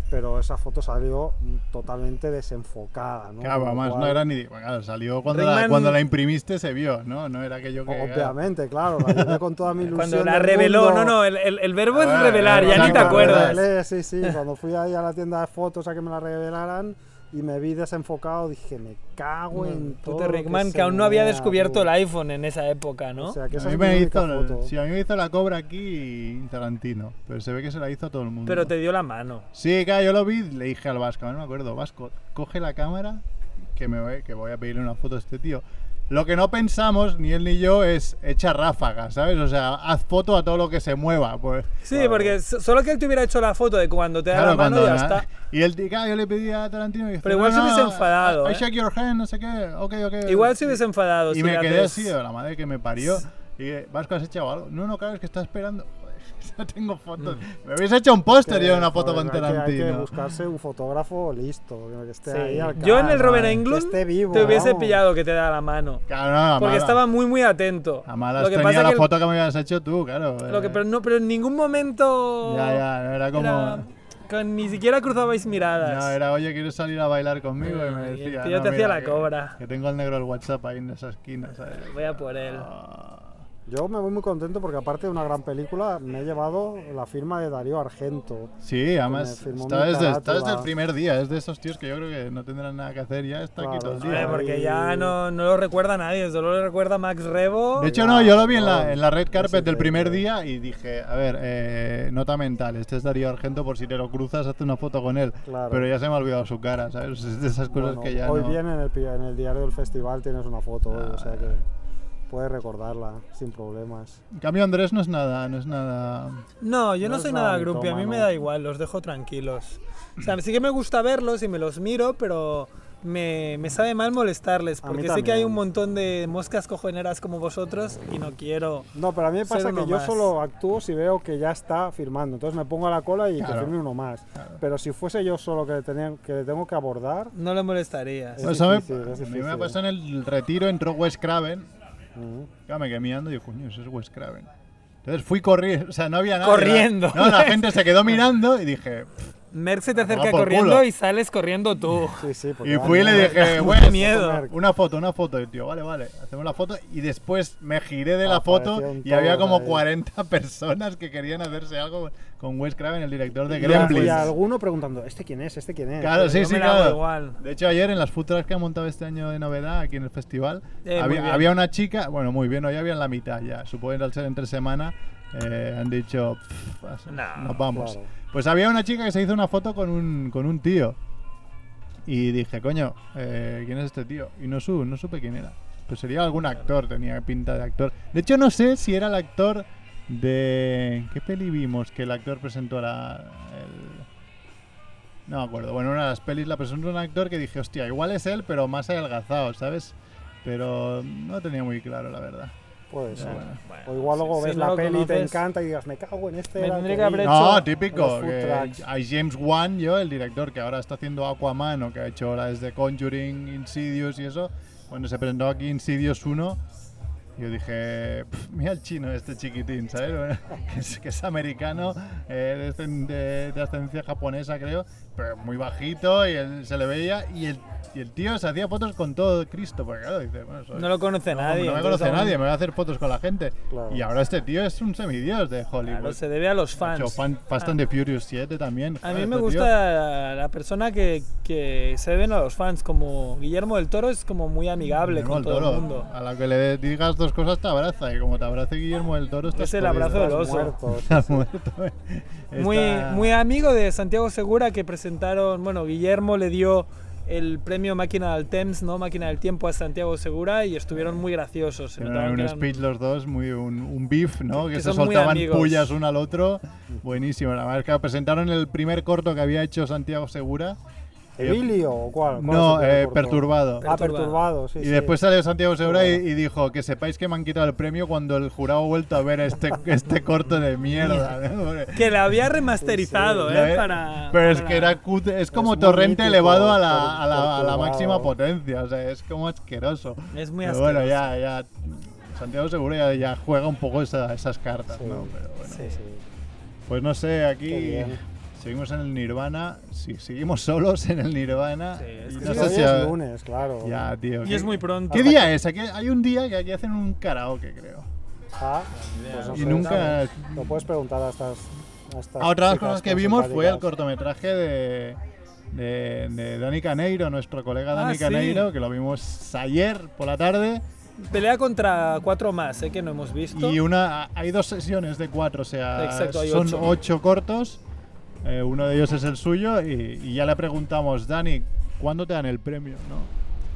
[SPEAKER 4] pero esa foto salió totalmente desenfocada. ¿no?
[SPEAKER 2] Claro,
[SPEAKER 4] Con lo
[SPEAKER 2] además no
[SPEAKER 4] cual-
[SPEAKER 2] era ni. Claro, salió cuando, la,
[SPEAKER 3] Rickman-
[SPEAKER 2] cuando la imprimiste, se vio, ¿no? No era aquello que.
[SPEAKER 4] Obviamente, claro, la llevé con toda mi ilusión.
[SPEAKER 3] Cuando la
[SPEAKER 4] del
[SPEAKER 3] reveló,
[SPEAKER 4] mundo.
[SPEAKER 3] no, no, el, el- el verbo es
[SPEAKER 2] Ah,
[SPEAKER 3] revelar, ya ni te
[SPEAKER 2] exacto,
[SPEAKER 3] acuerdas.
[SPEAKER 4] Revelé, sí, sí, cuando fui ahí a la tienda de fotos a que me la revelaran y me vi desenfocado, dije, me cago en todo.
[SPEAKER 3] Puta
[SPEAKER 4] lo
[SPEAKER 3] Rickman,
[SPEAKER 4] se
[SPEAKER 3] que aún no había
[SPEAKER 4] vea,
[SPEAKER 3] descubierto el
[SPEAKER 4] tú.
[SPEAKER 3] iPhone en esa época, ¿no?
[SPEAKER 4] O sea, que
[SPEAKER 2] A
[SPEAKER 4] esa
[SPEAKER 2] mí,
[SPEAKER 4] es mi
[SPEAKER 2] me
[SPEAKER 4] única
[SPEAKER 2] hizo,
[SPEAKER 4] foto.
[SPEAKER 2] sí, a mí me hizo la cobra aquí Tarantino, pero se ve que se la hizo a todo el mundo.
[SPEAKER 3] Pero te dio la mano.
[SPEAKER 2] Sí, claro, yo lo vi, le dije al Vasco, no me acuerdo, Vasco, coge la cámara que me voy, que voy a pedirle una foto a este tío. Lo que no pensamos, ni él ni yo, es echa ráfagas, ¿sabes? O sea, haz foto a todo lo que se mueva. Pues,
[SPEAKER 3] Sí, porque so- solo que él te hubiera hecho la foto de cuando te da la mano, ya está.
[SPEAKER 2] Y el tío, claro, yo le pedí a Tarantino y dice,
[SPEAKER 3] Pero igual
[SPEAKER 2] no,
[SPEAKER 3] se hubiese
[SPEAKER 2] no,
[SPEAKER 3] enfadado,
[SPEAKER 2] I
[SPEAKER 3] ¿eh?
[SPEAKER 2] shake your hand, no sé qué, ok, ok.
[SPEAKER 3] Igual se hubiese enfadado.
[SPEAKER 2] Y
[SPEAKER 3] si
[SPEAKER 2] me
[SPEAKER 3] le
[SPEAKER 2] quedé
[SPEAKER 3] haces-
[SPEAKER 2] así, de la madre que me parió. Y eh, Vasco, ¿has echado algo? No, no, claro, es que está esperando. Joder, no tengo fotos.
[SPEAKER 3] Mm.
[SPEAKER 2] Me habéis hecho un póster yo una foto
[SPEAKER 4] Joder,
[SPEAKER 2] con
[SPEAKER 4] hay que-
[SPEAKER 2] Tarantino.
[SPEAKER 4] Hay que, buscarse un fotógrafo listo, que esté
[SPEAKER 3] Sí.
[SPEAKER 4] ahí al
[SPEAKER 3] Yo en
[SPEAKER 4] cara,
[SPEAKER 3] el Robert
[SPEAKER 4] que
[SPEAKER 3] Englund
[SPEAKER 4] esté vivo,
[SPEAKER 3] te hubiese
[SPEAKER 4] vamos.
[SPEAKER 3] pillado que te da la mano.
[SPEAKER 2] Claro, no, a
[SPEAKER 3] Porque
[SPEAKER 2] malas-
[SPEAKER 3] estaba muy, muy atento.
[SPEAKER 2] a malas
[SPEAKER 3] Lo que
[SPEAKER 2] tenía
[SPEAKER 3] pasa
[SPEAKER 2] la
[SPEAKER 3] que el-
[SPEAKER 2] foto que me habías hecho tú, claro.
[SPEAKER 3] lo que-
[SPEAKER 2] eh.
[SPEAKER 3] pero, no, pero en ningún momento.
[SPEAKER 2] Ya, ya, no era como.
[SPEAKER 3] era- con- ni siquiera cruzabais miradas.
[SPEAKER 2] No, era, oye, ¿quieres salir a bailar conmigo? Y me
[SPEAKER 3] Ay, el
[SPEAKER 2] decía.
[SPEAKER 3] tío
[SPEAKER 2] "No,
[SPEAKER 3] te hacía
[SPEAKER 2] mira,
[SPEAKER 3] la
[SPEAKER 2] que-
[SPEAKER 3] cobra".
[SPEAKER 2] Que tengo al negro el WhatsApp ahí en esa esquina, ¿sabes?
[SPEAKER 3] Voy a por él.
[SPEAKER 2] Ah.
[SPEAKER 4] Yo me voy muy contento porque aparte de una gran película, me he llevado la firma de Darío Argento.
[SPEAKER 2] Sí, además
[SPEAKER 4] Pues me firmó
[SPEAKER 2] está
[SPEAKER 4] mi
[SPEAKER 2] desde, está
[SPEAKER 4] carátula.
[SPEAKER 2] desde el primer día. Es de esos tíos que yo creo que no tendrán nada que hacer ya. Está aquí
[SPEAKER 4] Claro,
[SPEAKER 2] todo el
[SPEAKER 4] hombre,
[SPEAKER 2] día.
[SPEAKER 3] Hombre, porque
[SPEAKER 4] ahí-
[SPEAKER 3] ya no, no lo recuerda nadie, solo lo recuerda Max Rebo.
[SPEAKER 2] De hecho, no, yo lo vi en la,
[SPEAKER 4] no,
[SPEAKER 2] en la red
[SPEAKER 4] es
[SPEAKER 2] carpet del primer
[SPEAKER 4] increíble.
[SPEAKER 2] día y dije, a ver, eh, nota mental, este es Darío Argento, por si te lo cruzas, hazte una foto con él.
[SPEAKER 4] Claro.
[SPEAKER 2] Pero ya se me ha olvidado su cara, ¿sabes? Es de esas cosas
[SPEAKER 4] Bueno,
[SPEAKER 2] que ya
[SPEAKER 4] hoy
[SPEAKER 2] no... Ah,
[SPEAKER 4] bien en el, pi- en el diario del festival tienes una foto, hoy, o sea que puedes recordarla sin problemas.
[SPEAKER 2] En cambio, Andrés no es nada, no es nada...
[SPEAKER 3] No, yo no,
[SPEAKER 4] No es
[SPEAKER 3] soy
[SPEAKER 4] nada
[SPEAKER 3] nada grupi, a mí me
[SPEAKER 4] mitómano.
[SPEAKER 3] da igual, los dejo tranquilos. O sea, sí que me gusta verlos y me los miro, pero me, me sabe mal molestarles,
[SPEAKER 4] A mí
[SPEAKER 3] porque sé que hay
[SPEAKER 4] también.
[SPEAKER 3] un montón de moscas cojoneras como vosotros y no quiero.
[SPEAKER 4] No, pero a mí me
[SPEAKER 3] Ser
[SPEAKER 4] pasa
[SPEAKER 3] uno
[SPEAKER 4] que yo
[SPEAKER 3] más.
[SPEAKER 4] solo actúo si veo que ya está firmando, entonces me pongo a la cola y que
[SPEAKER 2] Claro.
[SPEAKER 4] firme uno más. Pero si fuese yo solo que le, tenía- que le tengo que abordar,
[SPEAKER 3] No le molestarías.
[SPEAKER 4] Es
[SPEAKER 2] Pues, ¿sabes?
[SPEAKER 4] difícil, es
[SPEAKER 2] a mí me
[SPEAKER 4] difícil.
[SPEAKER 2] pasó en el retiro, entró Wes Craven,
[SPEAKER 4] mm,
[SPEAKER 2] claro, me quedé mirando y dije, coño, ese es Wes Craven. Entonces fui corriendo, o sea, no había nada.
[SPEAKER 3] Corriendo.
[SPEAKER 2] No, la gente se quedó mirando y dije...
[SPEAKER 3] Merck se te
[SPEAKER 2] tomar
[SPEAKER 3] acerca
[SPEAKER 2] Ah, por
[SPEAKER 3] corriendo
[SPEAKER 2] culo.
[SPEAKER 3] y sales corriendo tú.
[SPEAKER 4] sí, sí, porque
[SPEAKER 2] Y
[SPEAKER 4] da
[SPEAKER 2] fui y le
[SPEAKER 4] miedo.
[SPEAKER 2] dije,
[SPEAKER 3] Qué
[SPEAKER 2] Wes,
[SPEAKER 3] miedo.
[SPEAKER 2] Una foto, una foto, y el tío, vale, vale, hacemos la foto y después me giré de la foto
[SPEAKER 4] Aparecieron
[SPEAKER 2] y había
[SPEAKER 4] todos
[SPEAKER 2] como
[SPEAKER 4] ahí.
[SPEAKER 2] 40 personas que querían hacerse algo con Wes Craven, el director de
[SPEAKER 4] Y a-
[SPEAKER 2] Gremlins.
[SPEAKER 4] Y a alguno preguntando, ¿este quién es? ¿Este quién es?
[SPEAKER 2] Claro, sí,
[SPEAKER 3] Yo
[SPEAKER 2] sí,
[SPEAKER 3] me la hago
[SPEAKER 2] claro.
[SPEAKER 3] igual.
[SPEAKER 2] De hecho, ayer en las futuras que han montado este año de novedad aquí en el festival,
[SPEAKER 3] Eh, muy bien.
[SPEAKER 2] había, había una chica, bueno, muy bien, hoy había en la mitad ya, supongo que al ser entre semana, eh, han dicho, "Pff, vas-
[SPEAKER 3] No,
[SPEAKER 2] nos vamos.
[SPEAKER 4] claro.
[SPEAKER 2] Pues había una chica que se hizo una foto con un, con un tío. Y dije, coño, eh, ¿quién es este tío? Y no, su, no supe quién era. Pues sería algún actor, tenía pinta de actor. De hecho, no sé si era el actor de... ¿Qué peli vimos que el actor presentó a la... el- No me acuerdo. Bueno, una de las pelis la presentó un actor que dije, hostia, igual es él, pero más adelgazado, ¿sabes? Pero no lo tenía muy claro, la verdad.
[SPEAKER 4] Puede
[SPEAKER 2] Pero
[SPEAKER 4] ser.
[SPEAKER 2] bueno.
[SPEAKER 4] O igual luego
[SPEAKER 3] Si
[SPEAKER 4] ves
[SPEAKER 3] no
[SPEAKER 4] la
[SPEAKER 3] lo
[SPEAKER 4] peli y te
[SPEAKER 3] conoces-
[SPEAKER 4] encanta y digas, me cago en este.
[SPEAKER 3] Me
[SPEAKER 4] era el
[SPEAKER 3] tendría
[SPEAKER 4] que
[SPEAKER 3] que haber
[SPEAKER 4] vi".
[SPEAKER 3] hecho-
[SPEAKER 2] No,
[SPEAKER 3] hecho
[SPEAKER 2] típico.
[SPEAKER 4] en los food
[SPEAKER 2] que
[SPEAKER 4] trucks.
[SPEAKER 2] a James Wan, yo, el director que ahora está haciendo Aquaman o que ha hecho las de Conjuring, Insidious y eso, cuando se presentó aquí Insidious 1, yo dije, "Pf, mira el chino este chiquitín, ¿sabes? Bueno, que, es, que es americano, eh, de, ascen- de- de ascendencia japonesa creo, pero muy bajito y él- se le veía y el, y el tío se hacía fotos con todo Cristo, porque claro, dice, bueno, soy-
[SPEAKER 3] No lo conoce nadie.
[SPEAKER 2] no me
[SPEAKER 3] entonces
[SPEAKER 2] conoce
[SPEAKER 3] aún-
[SPEAKER 2] nadie, me voy a hacer fotos con la gente.
[SPEAKER 4] Claro.
[SPEAKER 2] Y ahora este tío es un semidios de Hollywood.
[SPEAKER 3] Claro, se debe a los
[SPEAKER 2] Macho,
[SPEAKER 3] fans. Ah.
[SPEAKER 2] fan- Fast and the Furious 7 también.
[SPEAKER 3] A
[SPEAKER 2] joder,
[SPEAKER 3] mí me
[SPEAKER 2] este tío.
[SPEAKER 3] gusta la persona que, que se ven a los fans, como Guillermo del Toro es como muy amigable
[SPEAKER 2] Guillermo
[SPEAKER 3] con
[SPEAKER 2] del
[SPEAKER 3] todo
[SPEAKER 2] Toro.
[SPEAKER 3] el mundo.
[SPEAKER 2] A la que le digas dos cosas te abraza. Y como te abrace Guillermo del Toro, estás
[SPEAKER 3] Es el
[SPEAKER 2] jodido.
[SPEAKER 3] abrazo del oso.
[SPEAKER 4] Muertos.
[SPEAKER 2] Está muerto.
[SPEAKER 3] Muy,
[SPEAKER 2] Está-
[SPEAKER 3] muy amigo de Santiago Segura que presentaron, bueno, Guillermo le dio el premio Máquina del Temps, ¿no? Máquina del Tiempo a Santiago Segura y estuvieron muy graciosos. se
[SPEAKER 2] Tienen
[SPEAKER 3] notaban
[SPEAKER 2] un
[SPEAKER 3] que eran-
[SPEAKER 2] speech los dos, muy un, un beef, ¿no? Que,
[SPEAKER 3] Que
[SPEAKER 2] se
[SPEAKER 3] son muy
[SPEAKER 2] soltaban
[SPEAKER 3] amigos.
[SPEAKER 2] pullas uno al otro. Buenísimo. La verdad es que presentaron el primer corto que había hecho Santiago Segura.
[SPEAKER 4] ¿Emilio o cuál? ¿Cuál
[SPEAKER 2] Eh, No,
[SPEAKER 4] se te
[SPEAKER 2] eh,
[SPEAKER 4] cortó?
[SPEAKER 2] perturbado.
[SPEAKER 4] Ah, perturbado, sí.
[SPEAKER 2] Y
[SPEAKER 4] sí.
[SPEAKER 2] después salió Santiago Segura y, y dijo que sepáis que me han quitado el premio cuando el jurado ha vuelto a ver este, este corto de mierda. ¿no? Porque-
[SPEAKER 3] Que la había remasterizado,
[SPEAKER 2] Ya
[SPEAKER 3] ¿eh?
[SPEAKER 2] ves,
[SPEAKER 3] Para,
[SPEAKER 2] E, pero es
[SPEAKER 3] para-
[SPEAKER 2] que era cutre, es como
[SPEAKER 4] muy
[SPEAKER 2] torrente
[SPEAKER 4] mítico,
[SPEAKER 2] elevado a la, a, la, a la
[SPEAKER 4] perturbado.
[SPEAKER 2] máxima potencia, o sea, es como asqueroso.
[SPEAKER 3] Es muy
[SPEAKER 2] Pero bueno, ya, ya, Santiago Seguro ya, ya juega un poco esa- esas cartas,
[SPEAKER 4] Sí.
[SPEAKER 2] ¿no? Pero bueno.
[SPEAKER 4] Sí, sí.
[SPEAKER 2] Pues no sé,
[SPEAKER 4] Qué
[SPEAKER 2] aquí
[SPEAKER 4] bien.
[SPEAKER 2] seguimos en el Nirvana, si seguimos solos en el Nirvana,
[SPEAKER 3] Sí, es
[SPEAKER 2] y
[SPEAKER 3] que
[SPEAKER 2] no
[SPEAKER 4] Sí,
[SPEAKER 2] sé
[SPEAKER 4] hoy
[SPEAKER 2] si...
[SPEAKER 4] es
[SPEAKER 2] a-
[SPEAKER 4] lunes, claro.
[SPEAKER 2] Ya, tío.
[SPEAKER 3] Y
[SPEAKER 2] qué-
[SPEAKER 3] es muy pronto.
[SPEAKER 2] ¿Qué día es? Aquí hay un día que aquí hacen un karaoke, creo.
[SPEAKER 4] Ah, pues no
[SPEAKER 2] Y
[SPEAKER 4] sé,
[SPEAKER 2] nunca-
[SPEAKER 4] no, Lo puedes preguntar a estas. A estas
[SPEAKER 2] Ah, otra de las
[SPEAKER 4] chicas
[SPEAKER 2] cosas que
[SPEAKER 4] tan
[SPEAKER 2] vimos fue el
[SPEAKER 4] simpáticas.
[SPEAKER 2] cortometraje de, de, de Dani Caneiro, nuestro colega
[SPEAKER 3] Ah,
[SPEAKER 2] Dani
[SPEAKER 3] sí.
[SPEAKER 2] Caneiro, que lo vimos ayer por la tarde.
[SPEAKER 3] Pelea contra cuatro más, ¿eh? Que no hemos visto.
[SPEAKER 2] Y una hay dos sesiones de cuatro, o sea,
[SPEAKER 3] Exacto, hay
[SPEAKER 2] son
[SPEAKER 3] ocho.
[SPEAKER 2] ocho, cortos. eh, uno de ellos es el suyo y, y ya le preguntamos, Dani, ¿cuándo te dan el premio? ¿No?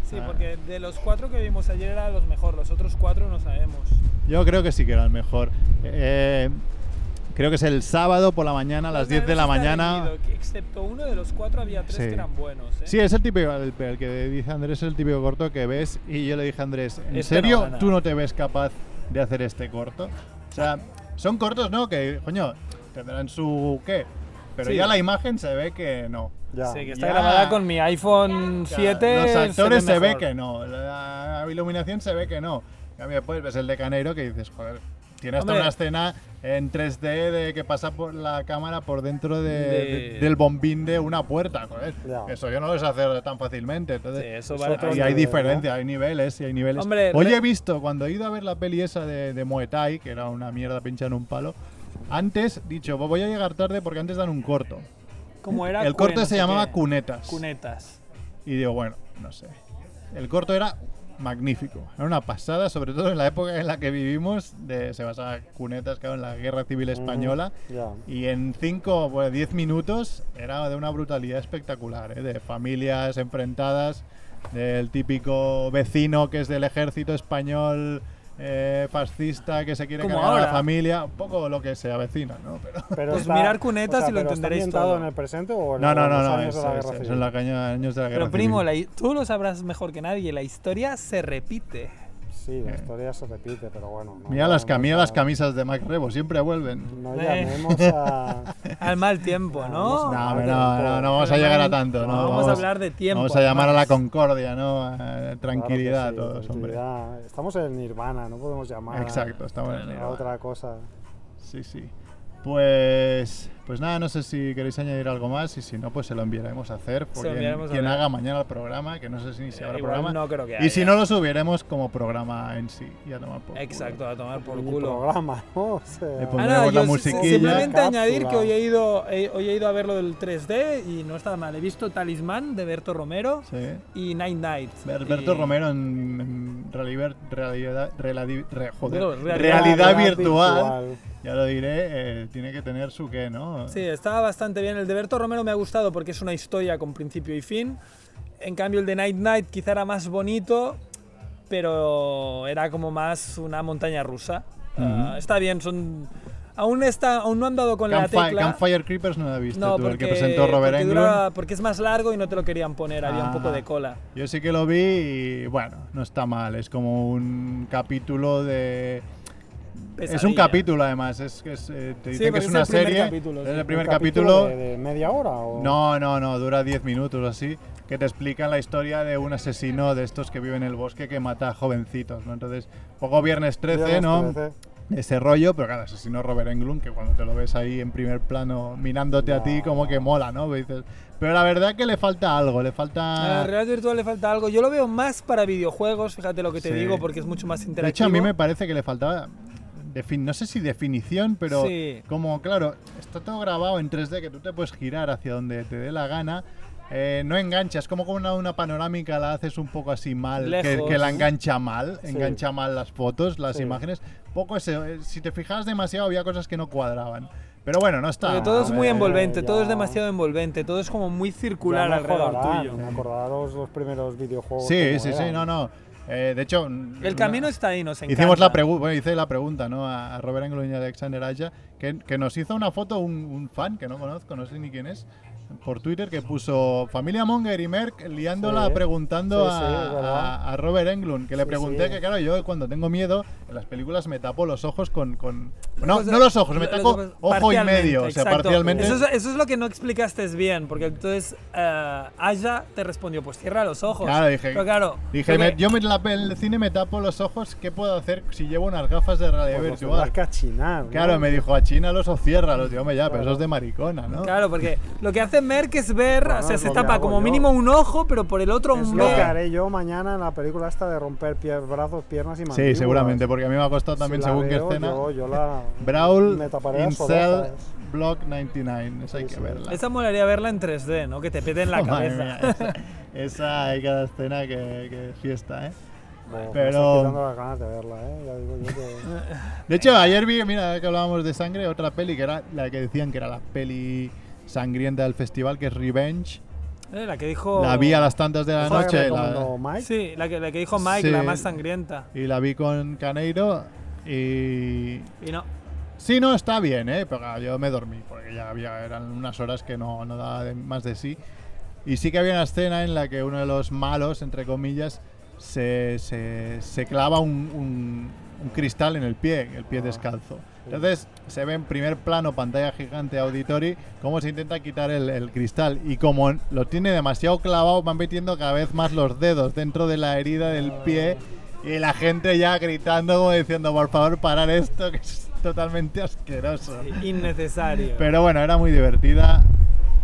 [SPEAKER 3] Sí,
[SPEAKER 2] Ah.
[SPEAKER 3] porque de los cuatro que vimos ayer eran los mejor, los otros cuatro no sabemos.
[SPEAKER 2] Yo creo que sí que era el mejor. Eh, creo que es el sábado por la mañana, a las 10 de la mañana.
[SPEAKER 3] excepto uno de los cuatro había tres
[SPEAKER 2] Sí.
[SPEAKER 3] que eran buenos. ¿eh?
[SPEAKER 2] Sí, es el típico, el, el que dice Andrés, es el típico corto que ves. Y yo le dije a Andrés, ¿en
[SPEAKER 3] Este no
[SPEAKER 2] serio
[SPEAKER 3] gana".
[SPEAKER 2] tú no te ves capaz de hacer este corto? O sea, son cortos, ¿no? Que, coño, tendrán su qué. Pero
[SPEAKER 3] Sí.
[SPEAKER 2] ya la imagen se ve que no.
[SPEAKER 4] Ya.
[SPEAKER 3] Sí, que está
[SPEAKER 2] Ya.
[SPEAKER 3] grabada con mi iPhone
[SPEAKER 2] O sea,
[SPEAKER 3] 7.
[SPEAKER 2] Los actores se, ve
[SPEAKER 3] mejor.
[SPEAKER 2] que no. La iluminación se ve que no. En cambio, después ves el de Caneiro que dices, joder, Tiene hasta
[SPEAKER 3] Hombre.
[SPEAKER 2] una escena en 3D de que pasa por la cámara por dentro de-
[SPEAKER 6] De-
[SPEAKER 2] de- del bombín de una puerta. joder.
[SPEAKER 4] Ya.
[SPEAKER 2] Eso yo no lo sé hacer tan fácilmente. Entonces,
[SPEAKER 6] Sí, eso
[SPEAKER 4] es
[SPEAKER 6] vale.
[SPEAKER 4] otro
[SPEAKER 2] y
[SPEAKER 4] nivel,
[SPEAKER 2] hay
[SPEAKER 4] ¿no?
[SPEAKER 2] diferencias, hay niveles, y hay niveles.
[SPEAKER 3] Hombre,
[SPEAKER 2] Hoy
[SPEAKER 3] re-
[SPEAKER 2] he visto, cuando he ido a ver la peli esa de, de Muay Thai, que era una mierda pincha en un palo, antes, dicho, voy a llegar tarde porque antes dan un corto.
[SPEAKER 3] Como era
[SPEAKER 2] El
[SPEAKER 3] Cune,
[SPEAKER 2] corte
[SPEAKER 3] no
[SPEAKER 2] se
[SPEAKER 3] sé
[SPEAKER 2] llamaba
[SPEAKER 3] qué.
[SPEAKER 2] Cunetas.
[SPEAKER 3] Cunetas.
[SPEAKER 2] Y digo, bueno, no sé. El corto era magnífico, era una pasada, sobre todo en la época en la que vivimos, de, se basaba cunetas, claro, en la guerra civil española.
[SPEAKER 4] Ya.
[SPEAKER 2] Y en 5 o 10 minutos era de una brutalidad espectacular, ¿eh? de familias enfrentadas, del típico vecino que es del ejército español eh, fascista que se quiere
[SPEAKER 3] Como
[SPEAKER 2] cargar a la
[SPEAKER 3] ahora.
[SPEAKER 2] familia, un poco lo que se avecina, ¿no? Pero...
[SPEAKER 4] Pero
[SPEAKER 3] Pues
[SPEAKER 4] está-
[SPEAKER 3] mirar cunetas y lo
[SPEAKER 4] pero
[SPEAKER 3] entenderéis
[SPEAKER 4] ¿Está ambientado
[SPEAKER 3] todo.
[SPEAKER 4] en el presente o en
[SPEAKER 2] No, no,
[SPEAKER 4] los
[SPEAKER 2] no, no,
[SPEAKER 4] años
[SPEAKER 2] eso, eso,
[SPEAKER 4] de la guerra
[SPEAKER 2] eso
[SPEAKER 4] civil?
[SPEAKER 2] en los años de la guerra
[SPEAKER 3] Pero primo,
[SPEAKER 2] civil.
[SPEAKER 3] la hi- tú lo sabrás mejor que nadie, la historia se repite.
[SPEAKER 4] Sí, la historia se repite, pero bueno. no
[SPEAKER 2] eh. Mira, las, cam-
[SPEAKER 4] llamemos
[SPEAKER 2] mira las
[SPEAKER 4] a-
[SPEAKER 2] camisas de Mac Rebo, siempre vuelven.
[SPEAKER 4] No
[SPEAKER 3] Eh.
[SPEAKER 4] llamemos a.
[SPEAKER 3] Al mal tiempo,
[SPEAKER 2] No,
[SPEAKER 3] ¿no?
[SPEAKER 4] No, vale,
[SPEAKER 2] hombre, no,
[SPEAKER 4] tampoco.
[SPEAKER 2] no, no vamos a
[SPEAKER 3] Pero
[SPEAKER 2] llegar a
[SPEAKER 3] no,
[SPEAKER 2] tanto. No,
[SPEAKER 3] no, vamos a hablar de tiempo,
[SPEAKER 2] Vamos a llamar a la
[SPEAKER 3] además.
[SPEAKER 2] concordia, ¿no? A- tranquilidad
[SPEAKER 4] Claro que
[SPEAKER 2] todos,
[SPEAKER 4] sí,
[SPEAKER 2] hombre.
[SPEAKER 4] tranquilidad. Estamos en Nirvana, no podemos llamar a-
[SPEAKER 2] Exacto, estamos en
[SPEAKER 4] a,
[SPEAKER 2] el otra.
[SPEAKER 4] otra cosa.
[SPEAKER 2] Sí, sí. Pues, pues nada, no sé si queréis añadir algo más y si no, pues se lo enviaremos a hacer.
[SPEAKER 3] Se
[SPEAKER 2] Por
[SPEAKER 3] lo enviaremos
[SPEAKER 2] quien,
[SPEAKER 3] a
[SPEAKER 2] quien
[SPEAKER 3] hacer.
[SPEAKER 2] haga mañana el programa, que no sé si ni si habrá
[SPEAKER 3] Igual
[SPEAKER 2] programa.
[SPEAKER 3] no creo que
[SPEAKER 2] y si
[SPEAKER 3] haya.
[SPEAKER 2] no, lo subiremos como programa en sí y a tomar por culo.
[SPEAKER 3] Exacto, a tomar por
[SPEAKER 4] Mini
[SPEAKER 3] culo.
[SPEAKER 4] programa, ¿no? O sea,
[SPEAKER 2] Le
[SPEAKER 3] Ah,
[SPEAKER 2] pondremos
[SPEAKER 3] no,
[SPEAKER 2] la
[SPEAKER 3] yo si-
[SPEAKER 2] musiquilla.
[SPEAKER 3] simplemente
[SPEAKER 4] Cápsula.
[SPEAKER 3] añadir que hoy he, ido, he- hoy he ido a ver lo del 3D y no está mal. He visto Talismán de Berto Romero
[SPEAKER 2] Sí.
[SPEAKER 3] y Nine Nights.
[SPEAKER 2] Berberto
[SPEAKER 3] Y-
[SPEAKER 2] Romero en, en realiver- realidad, reladi- re- joder,
[SPEAKER 3] No, realidad-
[SPEAKER 2] realidad, virtual. Ya lo diré, eh, tiene que tener su qué, ¿no?
[SPEAKER 3] Sí, estaba bastante bien. El de Berto Romero me ha gustado porque es una historia con principio y fin. En cambio, el de Night Night quizá era más bonito, pero era como más una montaña rusa. Ah, está bien, son. Aún, está, aún no han dado con la
[SPEAKER 2] Campfi-
[SPEAKER 3] tecla.
[SPEAKER 2] Campfire Creepers no la viste
[SPEAKER 3] No,
[SPEAKER 2] tú,
[SPEAKER 3] porque,
[SPEAKER 2] el que presentó Robert
[SPEAKER 3] porque
[SPEAKER 2] Englund.
[SPEAKER 3] duraba- porque es más largo y no te lo querían poner, había un poco
[SPEAKER 2] Ah.
[SPEAKER 3] de cola.
[SPEAKER 2] Yo sí que lo vi y bueno, no está mal, es como un capítulo de... Es un
[SPEAKER 3] Pesadilla.
[SPEAKER 2] capítulo además, es que es, eh, te dicen que
[SPEAKER 3] porque
[SPEAKER 2] es
[SPEAKER 3] es
[SPEAKER 2] una
[SPEAKER 3] el primer
[SPEAKER 2] serie,
[SPEAKER 3] capítulo,
[SPEAKER 2] es
[SPEAKER 3] sí.
[SPEAKER 2] el
[SPEAKER 4] ¿Un
[SPEAKER 2] primer
[SPEAKER 4] capítulo
[SPEAKER 2] capítulo,
[SPEAKER 4] de, de media hora o
[SPEAKER 2] no, no, no, dura 10 minutos o así, que te explican la historia de un asesino de estos que vive en el bosque que mata a jovencitos, ¿no? Entonces, poco viernes 13,
[SPEAKER 4] Viernes
[SPEAKER 2] ¿no?
[SPEAKER 4] 13.
[SPEAKER 2] de ese rollo, pero claro, asesino Robert Englund, que cuando te lo ves ahí en primer plano mirándote a ti, como que mola, ¿no? Pero dices- pero la verdad que le falta algo, le
[SPEAKER 3] A la
[SPEAKER 2] falta...
[SPEAKER 3] realidad virtual le falta algo. Yo lo veo más para videojuegos, fíjate lo que te
[SPEAKER 2] Sí.
[SPEAKER 3] digo, porque es mucho más interactivo.
[SPEAKER 2] De hecho, a mí me parece que le faltaba, defin- no sé si definición, pero
[SPEAKER 3] Sí.
[SPEAKER 2] como, claro, está todo grabado en 3D, que tú te puedes girar hacia donde te dé la gana. eh, no enganchas, como con una, una panorámica la haces un poco así mal, que,
[SPEAKER 3] Lejos.
[SPEAKER 2] que la engancha mal,
[SPEAKER 4] Sí.
[SPEAKER 2] engancha mal las fotos, las
[SPEAKER 4] Sí.
[SPEAKER 2] imágenes. Poco ese, eh, si te fijas demasiado había cosas que no cuadraban. Pero bueno, no está.
[SPEAKER 3] Porque todo es muy
[SPEAKER 2] eh,
[SPEAKER 3] envolvente, todo es
[SPEAKER 4] ya.
[SPEAKER 3] demasiado envolvente, todo es como muy circular
[SPEAKER 4] Ya
[SPEAKER 3] alrededor
[SPEAKER 4] mejorarán,
[SPEAKER 3] tuyo.
[SPEAKER 4] Acordaros los primeros videojuegos.
[SPEAKER 2] Sí,
[SPEAKER 4] cómo
[SPEAKER 2] sí, sí,
[SPEAKER 4] eran.
[SPEAKER 2] no, no. Eh, de hecho,
[SPEAKER 3] El camino está ahí, nos encanta.
[SPEAKER 2] Hicimos la pregunta, bueno, hice la pregunta, ¿no? A a Robert Englund y a Alexander Aya, que, que nos hizo una foto un, un fan que no conozco, no sé ni quién es, por Twitter, que puso Familia Monger y Merck liándola
[SPEAKER 4] Sí,
[SPEAKER 2] preguntando
[SPEAKER 4] sí, sí,
[SPEAKER 2] a-
[SPEAKER 4] es verdad.
[SPEAKER 2] a, a Robert Englund, que le
[SPEAKER 4] Sí,
[SPEAKER 2] pregunté
[SPEAKER 4] sí.
[SPEAKER 2] que, claro, yo cuando tengo miedo, en las películas me tapo los ojos con. con- no,
[SPEAKER 3] Cosa-
[SPEAKER 2] no los ojos, me
[SPEAKER 3] lo- lo
[SPEAKER 2] tapo
[SPEAKER 3] que pasa-
[SPEAKER 2] ojo y
[SPEAKER 3] parcialmente,
[SPEAKER 2] medio, o sea,
[SPEAKER 3] exacto.
[SPEAKER 2] parcialmente.
[SPEAKER 3] Eso es, eso es lo que no explicaste bien, porque entonces eh, Aya te respondió, pues cierra los ojos.
[SPEAKER 2] Claro, dije-
[SPEAKER 3] Pero claro,
[SPEAKER 2] Dije,
[SPEAKER 3] porque-
[SPEAKER 2] me- yo me la- en el cine me tapo los ojos, ¿qué puedo hacer si llevo unas gafas de realidad
[SPEAKER 4] Pues los
[SPEAKER 2] virtual?
[SPEAKER 4] tendrás que achinar. ¿no?
[SPEAKER 2] Claro, me dijo, achínalos o ciérralos. Digo, hombre, ya, pero eso es de maricona, ¿no?
[SPEAKER 3] Claro, porque lo que hace Merck es ver,
[SPEAKER 4] Bueno,
[SPEAKER 3] o sea,
[SPEAKER 4] es
[SPEAKER 3] se
[SPEAKER 4] lo que
[SPEAKER 3] tapa
[SPEAKER 4] hago
[SPEAKER 3] como
[SPEAKER 4] yo.
[SPEAKER 3] mínimo un ojo, pero por el otro
[SPEAKER 4] Es
[SPEAKER 3] un
[SPEAKER 4] lo que
[SPEAKER 3] veo.
[SPEAKER 4] haré yo mañana en la película esta de romper pie- brazos, piernas y mandíbulas.
[SPEAKER 2] Sí, seguramente, porque a mí me ha costado también
[SPEAKER 4] pues, Si la
[SPEAKER 2] según qué
[SPEAKER 4] veo,
[SPEAKER 2] escena.
[SPEAKER 4] Yo, yo la...
[SPEAKER 2] Brawl
[SPEAKER 4] me taparé las
[SPEAKER 2] Incel
[SPEAKER 4] orejas. ¿eh?
[SPEAKER 2] Block 99, esa hay
[SPEAKER 4] Sí,
[SPEAKER 2] que
[SPEAKER 4] sí.
[SPEAKER 2] verla.
[SPEAKER 3] Esa molaría verla en 3D, ¿no? Que te pete en la
[SPEAKER 2] Oh, madre mía,
[SPEAKER 3] cabeza.
[SPEAKER 2] esa, esa hay cada escena que, que fiesta, ¿eh?
[SPEAKER 4] Bueno,
[SPEAKER 2] Pero-
[SPEAKER 4] Me estoy quitando las ganas de verla, ¿eh? Ya digo yo que...
[SPEAKER 2] De hecho, ayer vi, mira, ahora que hablábamos de sangre, otra peli que era la que decían que era la peli sangrienta del festival, que es Revenge.
[SPEAKER 3] Eh, la que dijo.
[SPEAKER 2] La vi a las tantas de la
[SPEAKER 4] Oh. ¿Esa que
[SPEAKER 2] noche. la-
[SPEAKER 4] recomendó Mike?
[SPEAKER 3] Sí, la que, la que dijo Mike,
[SPEAKER 2] Sí.
[SPEAKER 3] la más sangrienta.
[SPEAKER 2] y la vi con Caneiro y
[SPEAKER 3] Y no.
[SPEAKER 2] Sí, no, está bien, ¿eh? Pero claro, yo me dormí, porque ya había, eran unas horas que no, no daba de- más de sí. Y sí que había una escena en la que uno de los malos, entre comillas, se, se- se clava un, un- un cristal en el pie, el pie descalzo. Entonces se ve en primer plano, pantalla gigante, auditory, cómo se intenta quitar el, el cristal. Y como lo tiene demasiado clavado, van metiendo cada vez más los dedos dentro de la herida del pie. Y la gente ya gritando como diciendo, por favor, parar esto, que es totalmente asqueroso.
[SPEAKER 3] Innecesario.
[SPEAKER 2] Pero bueno, era muy divertida.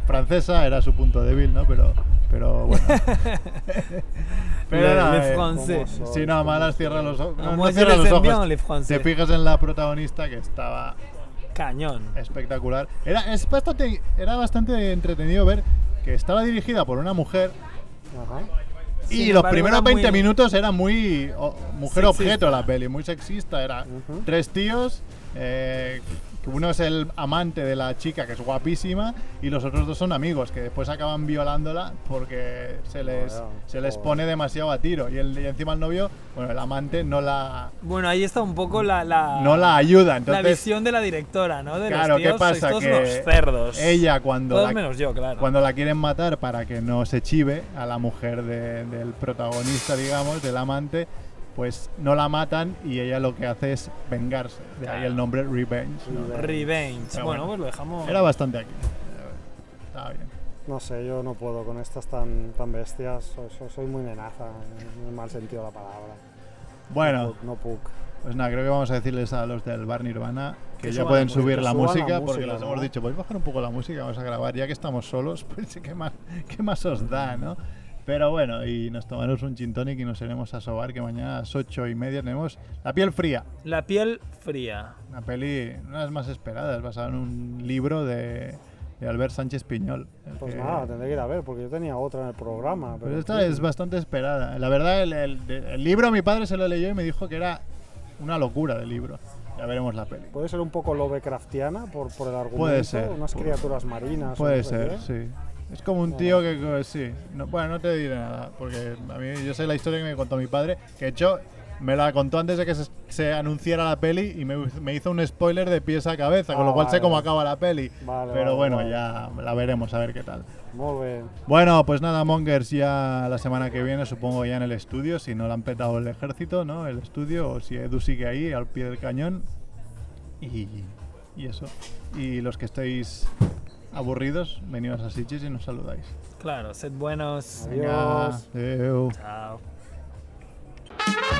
[SPEAKER 2] Francesa era su punto débil, ¿no? Pero, pero bueno. pero
[SPEAKER 3] Le-
[SPEAKER 2] no,
[SPEAKER 3] le
[SPEAKER 2] eh,
[SPEAKER 3] français.
[SPEAKER 4] ¿cómo
[SPEAKER 2] si no, malas cierra los ojos. No,
[SPEAKER 3] Ah,
[SPEAKER 2] no
[SPEAKER 3] moi,
[SPEAKER 2] cierra
[SPEAKER 3] je
[SPEAKER 2] los
[SPEAKER 3] les aime bien,
[SPEAKER 2] ojos.
[SPEAKER 3] les français.
[SPEAKER 2] Te fijas en la protagonista que estaba
[SPEAKER 3] Cañón.
[SPEAKER 2] espectacular. Era, es bastante, era bastante entretenido ver que estaba dirigida por una mujer
[SPEAKER 4] Ajá.
[SPEAKER 2] y
[SPEAKER 3] Sin
[SPEAKER 2] los
[SPEAKER 3] embargo,
[SPEAKER 2] primeros
[SPEAKER 3] era muy-
[SPEAKER 2] 20 minutos era muy o- mujer
[SPEAKER 3] Sexista.
[SPEAKER 2] objeto la peli, muy sexista. Era tres tíos, eh, que uno es el amante de la chica que es guapísima y los otros dos son amigos que después acaban violándola porque se les,
[SPEAKER 4] Joder,
[SPEAKER 2] se les
[SPEAKER 4] joder.
[SPEAKER 2] pone demasiado a tiro. Y, el, y encima el novio, bueno, el amante no la,
[SPEAKER 3] Bueno, ahí está un poco la, la,
[SPEAKER 2] no la ayuda.
[SPEAKER 3] la
[SPEAKER 2] Entonces,
[SPEAKER 3] visión de la directora, ¿no? De
[SPEAKER 2] claro,
[SPEAKER 3] los tíos,
[SPEAKER 2] ¿qué pasa?
[SPEAKER 3] sois todos
[SPEAKER 2] que
[SPEAKER 3] unos cerdos.
[SPEAKER 2] ella cuando
[SPEAKER 3] Todos
[SPEAKER 2] la-
[SPEAKER 3] menos yo, claro.
[SPEAKER 2] cuando la quieren matar para que no se chive a la mujer de- del protagonista, digamos, del amante, pues no la matan y ella lo que hace es vengarse. De ahí el nombre Revenge. ¿no?
[SPEAKER 3] Revenge.
[SPEAKER 2] Pero
[SPEAKER 3] bueno,
[SPEAKER 2] bueno.
[SPEAKER 3] pues lo dejamos.
[SPEAKER 2] Era bastante aquí. Estaba bien.
[SPEAKER 4] No sé, yo no puedo con estas tan, tan bestias. Soy, soy- soy muy nenaza, en el mal sentido de la palabra.
[SPEAKER 2] Bueno,
[SPEAKER 4] No puc.
[SPEAKER 2] pues nada, creo que vamos a decirles a los del Bar Nirvana que,
[SPEAKER 4] Que
[SPEAKER 2] ya
[SPEAKER 4] suban
[SPEAKER 2] pueden
[SPEAKER 4] la
[SPEAKER 2] subir
[SPEAKER 4] música,
[SPEAKER 2] la
[SPEAKER 4] suban la
[SPEAKER 2] música, porque
[SPEAKER 4] música,
[SPEAKER 2] les
[SPEAKER 4] ¿no?
[SPEAKER 2] hemos dicho, podéis bajar un poco la música, vamos a grabar, ya que estamos solos, pues qué más, qué más os da, ¿no? Pero bueno, y nos tomaremos un gin tonic y nos iremos a sobar, que mañana a las ocho y media tenemos la piel fría.
[SPEAKER 3] La piel fría.
[SPEAKER 2] Una peli, una de las más esperadas, basada en un libro de, de Albert Sánchez Piñol. el
[SPEAKER 4] Pues
[SPEAKER 2] que-
[SPEAKER 4] nada, tendré que ir a ver, porque yo tenía otra en el programa.
[SPEAKER 2] Pues
[SPEAKER 4] pero-
[SPEAKER 2] esta es bastante esperada. La verdad, el, el- el libro mi padre se lo leyó y me dijo que era una locura de libro. Ya veremos la peli.
[SPEAKER 4] Puede ser un poco Lovecraftiana por, por el argumento.
[SPEAKER 2] ser,
[SPEAKER 4] Unas
[SPEAKER 2] pu-
[SPEAKER 4] criaturas marinas. o
[SPEAKER 2] Puede
[SPEAKER 4] no sé
[SPEAKER 2] ser,
[SPEAKER 4] qué. ¿eh?
[SPEAKER 2] sí. Es como un tío que, que sí. No- bueno, no te diré nada, porque a mí yo sé la historia que me contó mi padre, que de hecho me la contó antes de que se, se anunciara la peli y me, me hizo un spoiler de pies a cabeza, con
[SPEAKER 4] Ah,
[SPEAKER 2] lo cual sé
[SPEAKER 4] vale.
[SPEAKER 2] cómo acaba la peli.
[SPEAKER 4] Vale,
[SPEAKER 2] Pero
[SPEAKER 4] vale,
[SPEAKER 2] bueno,
[SPEAKER 4] vale.
[SPEAKER 2] ya la veremos, a ver qué tal.
[SPEAKER 4] Molt bé.
[SPEAKER 2] Bueno, pues nada, Mongers, ya la semana que viene, supongo ya en el estudio, si no lo han petado el ejército, ¿no? El estudio, o si Edu sigue ahí, al pie del cañón. Y, y eso. Y los que estéis aburridos, venidos a Sitges y nos saludáis.
[SPEAKER 3] Claro, sed buenos.
[SPEAKER 4] Adiós.
[SPEAKER 2] Venga, adeu.
[SPEAKER 3] Chao.
[SPEAKER 1] Thank